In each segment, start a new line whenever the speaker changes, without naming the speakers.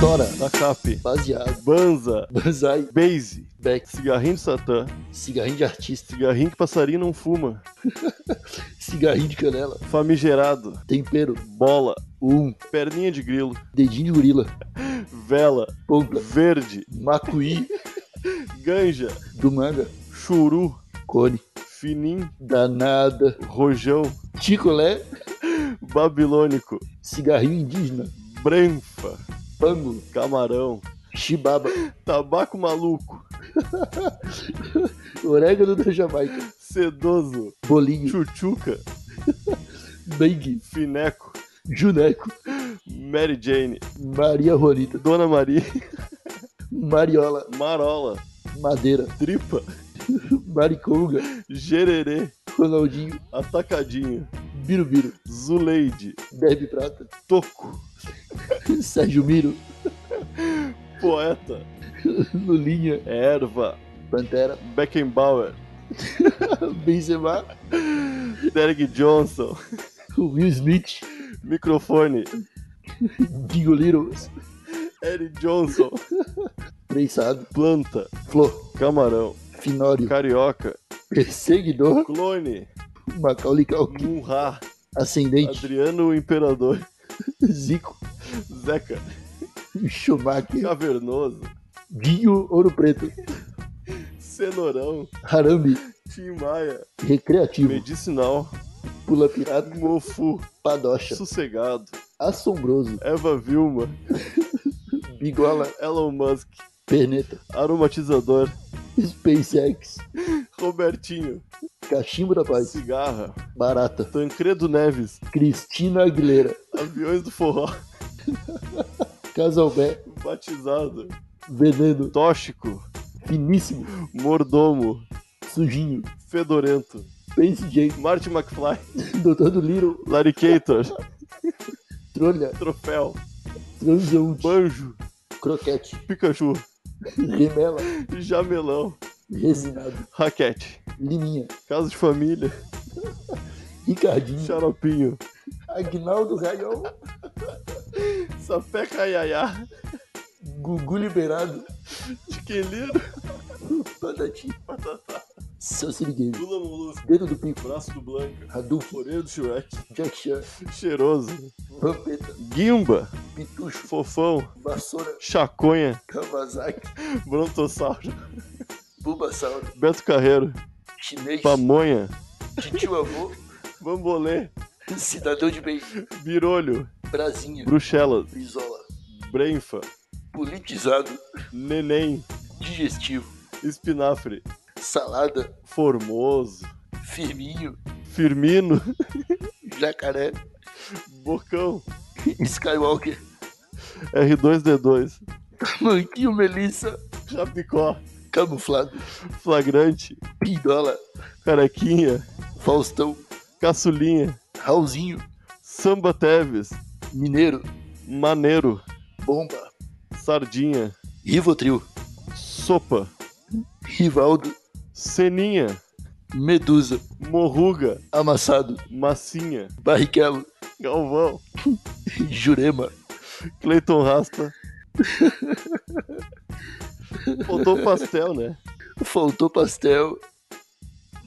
Chora,
Tacape,
baseado,
Banza,
Banzai,
Base,
Beck,
Cigarrinho do Satã,
cigarrinho de artista,
Cigarrinho que passarinho não fuma,
cigarrinho de canela,
Famigerado,
tempero,
Bola,
um,
Perninha de Grilo,
dedinho de gorila,
Vela,
ponta,
Verde,
macuí,
Ganja,
do manga,
Churu,
cone,
Finim,
danada,
Rojão,
ticolé,
Babilônico,
cigarrinho indígena,
Branfa,
pango,
Camarão,
chibaba,
Tabaco Maluco,
orégano da Jamaica,
Sedoso,
bolinho,
Chuchuca,
dengue,
Fineco,
juneco,
Mary Jane,
Maria Rolita,
Dona Maria,
mariola,
Marola,
madeira,
Tripa,
mariconga,
Gererê,
Ronaldinho,
Atacadinho,
birubiru,
Zuleide,
Derby Prata,
Toco,
Sérgio Miro,
Poeta,
Lulinha,
Erva,
Pantera,
Beckenbauer,
Benzema,
Derek Johnson,
Will Smith,
Microfone,
Dingo Little,
Eric Johnson,
Prensado,
Planta,
Flor,
Camarão,
Finório,
Carioca,
Perseguidor,
Clone,
Macaulay Culkin,
Munra,
Ascendente,
Adriano Imperador,
Zico,
Zeca,
Schumacher,
Cavernoso,
Dinho Ouro Preto,
Cenourão,
Harami,
Tim Maia,
Recreativo,
Medicinal,
Pula Pirata,
Mofu,
Padocha,
Sossegado,
Assombroso,
Eva Vilma,
Bigola,
Elon Musk,
Perneta,
Aromatizador,
SpaceX,
Robertinho,
Cachimbo da Paz,
Cigarra,
Barata,
Tancredo Neves,
Cristina Aguilera,
Aviões do Forró,
Casalbé,
Batizado,
Veneno,
Tóxico,
Finíssimo,
Mordomo,
Sujinho,
Fedorento,
Pace J,
Marty McFly,
Doutor do Little,
Laricator,
Trolha,
Troféu,
Transeunte,
Banjo,
Croquete,
Pikachu,
Remela,
Jamelão,
Resinado,
Raquete,
Liminha,
Casa de Família,
Ricardinho,
Xaropinho,
Agnaldo Raiol,
Sapeca Yaya,
Gugu Liberado,
Tiquelino,
Patati,
Patatá,
Seu Sirigueiro,
Lula Molusco,
Dedo do Pico,
Braço do Blanca,
Hadouken,
Orelha do Shrek,
Jack Chan,
Cheiroso,
Vampeta,
Guimba,
Pitucho,
Fofão,
Vassoura,
Chaconha,
Kawasaki,
Brontossauro,
Bulbasauro,
Beto Carreiro,
Chinês,
Pamonha,
Titio Avô,
Bambolê,
Cidadão de Bem,
Birolho,
Brasinha,
Bruxelas,
Brizola,
Brenfa,
Politizado,
Neném,
Digestivo,
Espinafre,
Salada,
Formoso,
Firminho,
Firmino,
Jacaré,
Bocão,
Skywalker,
R2D2,
Manquinho Melissa,
Chapicó,
Camuflado,
Flagrante,
Pindola,
Carequinha,
Faustão,
Caçulinha,
Raulzinho,
Samba Teves,
Mineiro,
Maneiro,
Bomba,
Sardinha,
Rivotril,
Sopa,
Rivaldo,
Ceninha,
Medusa,
Morruga,
Amassado,
Massinha,
Barrichello,
Galvão,
Jurema,
Cleiton Rasta. Faltou pastel, né?
faltou pastel.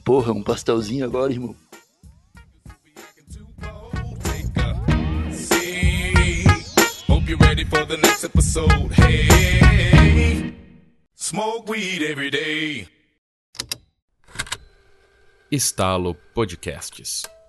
Porra, um pastelzinho agora, irmão.
See, hope you're ready for the next episode. Hey, smoke weed every day.
Estalo Podcasts.